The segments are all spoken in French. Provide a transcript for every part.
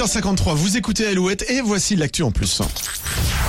8h53, vous écoutez Alouette et voici l'actu en plus.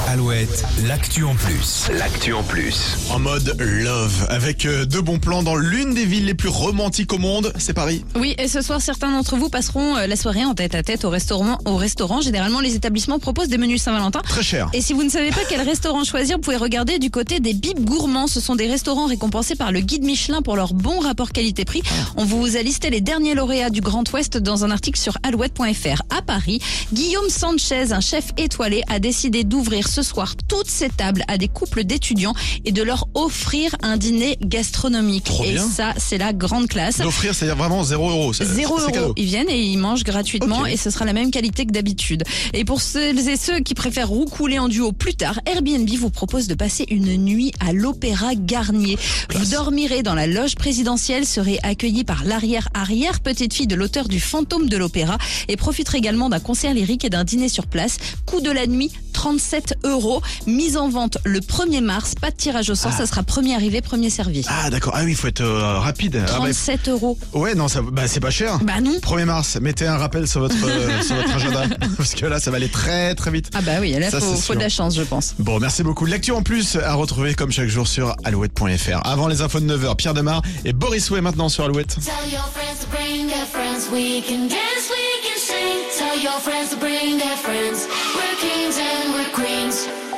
Alouette, l'actu en plus. L'actu en plus. En mode love, avec euh, deux bons plans dans l'une des villes les plus romantiques au monde, c'est Paris. Oui, et ce soir, certains d'entre vous passeront euh, la soirée en tête à tête au restaurant. Au restaurant, généralement, les établissements proposent des menus Saint-Valentin. Très cher. Et si vous ne savez pas quel restaurant choisir, vous pouvez regarder du côté des bips gourmands. Ce sont des restaurants récompensés par le guide Michelin pour leur bon rapport qualité-prix. On vous a listé les derniers lauréats du Grand Ouest dans un article sur alouette.fr. À Paris, Guillaume Sanchez, un chef étoilé, a décidé d'ouvrir ce soir toutes ses tables à des couples d'étudiants et de leur offrir un dîner gastronomique. Trop et bien. ça, c'est la grande classe. D'offrir, c'est-à-dire vraiment 0 euros. c'est- 0 Euh, c'est cadeau. euros. Ils viennent et ils mangent gratuitement Ok. et ce sera la même qualité que d'habitude. Et pour celles et ceux qui préfèrent roucouler en duo plus tard, Airbnb vous propose de passer une nuit à l'Opéra Garnier. Oh, Vous dormirez dans la loge présidentielle, serez accueillis par l'arrière-arrière petite fille de l'auteur du Fantôme de l'Opéra et profiterez également d'un concert lyrique et d'un dîner sur place. Coût de la nuit 37 euros. Mise en vente le 1er mars. Pas de tirage au sort, ça sera premier arrivé, premier servi. Ah d'accord, ah oui, il faut être euh, rapide. Ah, bah, 37 euros. ouais, non, ça, bah, c'est pas cher. Bah non. 1er mars, mettez un rappel sur votre, euh, sur votre agenda, parce que là, ça va aller très très vite. Ah bah oui, là Ça, faut, c'est faut de la chance je pense. Bon, merci beaucoup. L'actu en plus à retrouver comme chaque jour sur alouette.fr. Avant les infos de 9h, Pierre Demar et Boris Way maintenant sur Alouette. Tell your friends to bring their friends. We can dance, we can sing. Tell your friends to bring their friends. We're kings and we're queens.